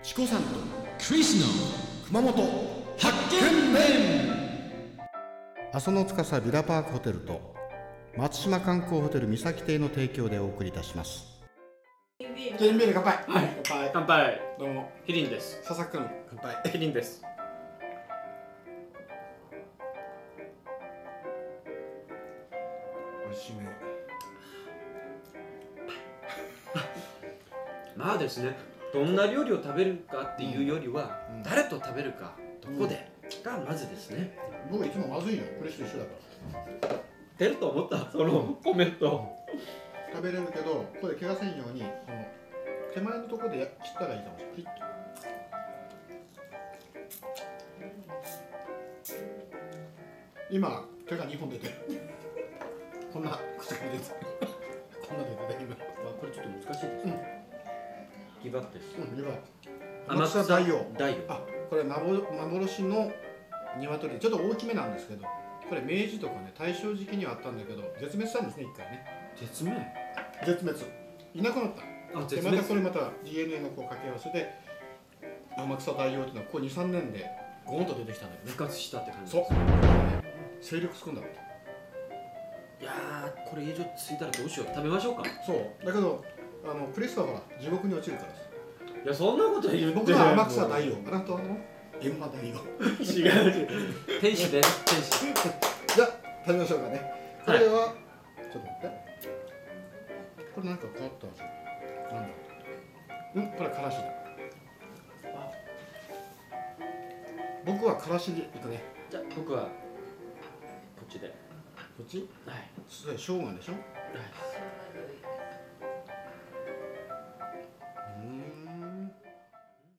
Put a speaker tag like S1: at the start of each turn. S1: チコさんとクリスの熊本発見面
S2: 阿蘇の司ビラパークホテルと松島観光ホテル三崎邸の提供でお送りいたします
S3: じゃあビール乾杯、はい、乾杯
S4: 乾杯
S3: どうも
S4: キリンです
S3: 佐々木君乾杯
S4: キリンです
S3: 美味しいね
S4: まあですねどんな料理を食べるかっていうよりは、誰と食べるかどこで、がまずですね
S3: 僕いつもまずいよクリスと一緒だか
S4: 出ると思ったそのコメント、
S3: ら食べれるけどここで怪我せんようにこの手前のところでや切ったらいいかもしれないピッと今手が2本出てるこんな口が出てるこんな出てる今
S4: まあ、これちょっと難しいですね、ギブアップです
S3: うん、やばい天草大王
S4: 大王
S3: あこれ幻幻の鶏でちょっと大きめなんですけどこれ明治とかね大正時期にはあったんだけど絶滅したんですね一回ね
S4: 絶命
S3: 絶滅いなくなった
S4: あ
S3: で
S4: 絶
S3: また
S4: 滅
S3: これまた DNA のこう掛け合わせで天草大王っていうのはここ23年でゴンと出てきたんだよね
S4: 復活したって感じ
S3: そ
S4: で
S3: う
S4: す
S3: 勢力つくんだろう
S4: いやーこれ以上ついたらどうしよう食べましょうかい
S3: そうだけどあのクリスはほら地獄に落ちるからさ
S4: やそんなこと言って
S3: 僕は天草大王あなたはあの閻魔大王
S4: 違う違う天使です天使
S3: じゃあ食べましょうかねこれは、ちょっと待ってこれなんか変わった味なんだうんこれからしだ僕はからしでいくね
S4: じゃあ僕はこっちではい
S3: こっちそれ生姜でしょ
S4: は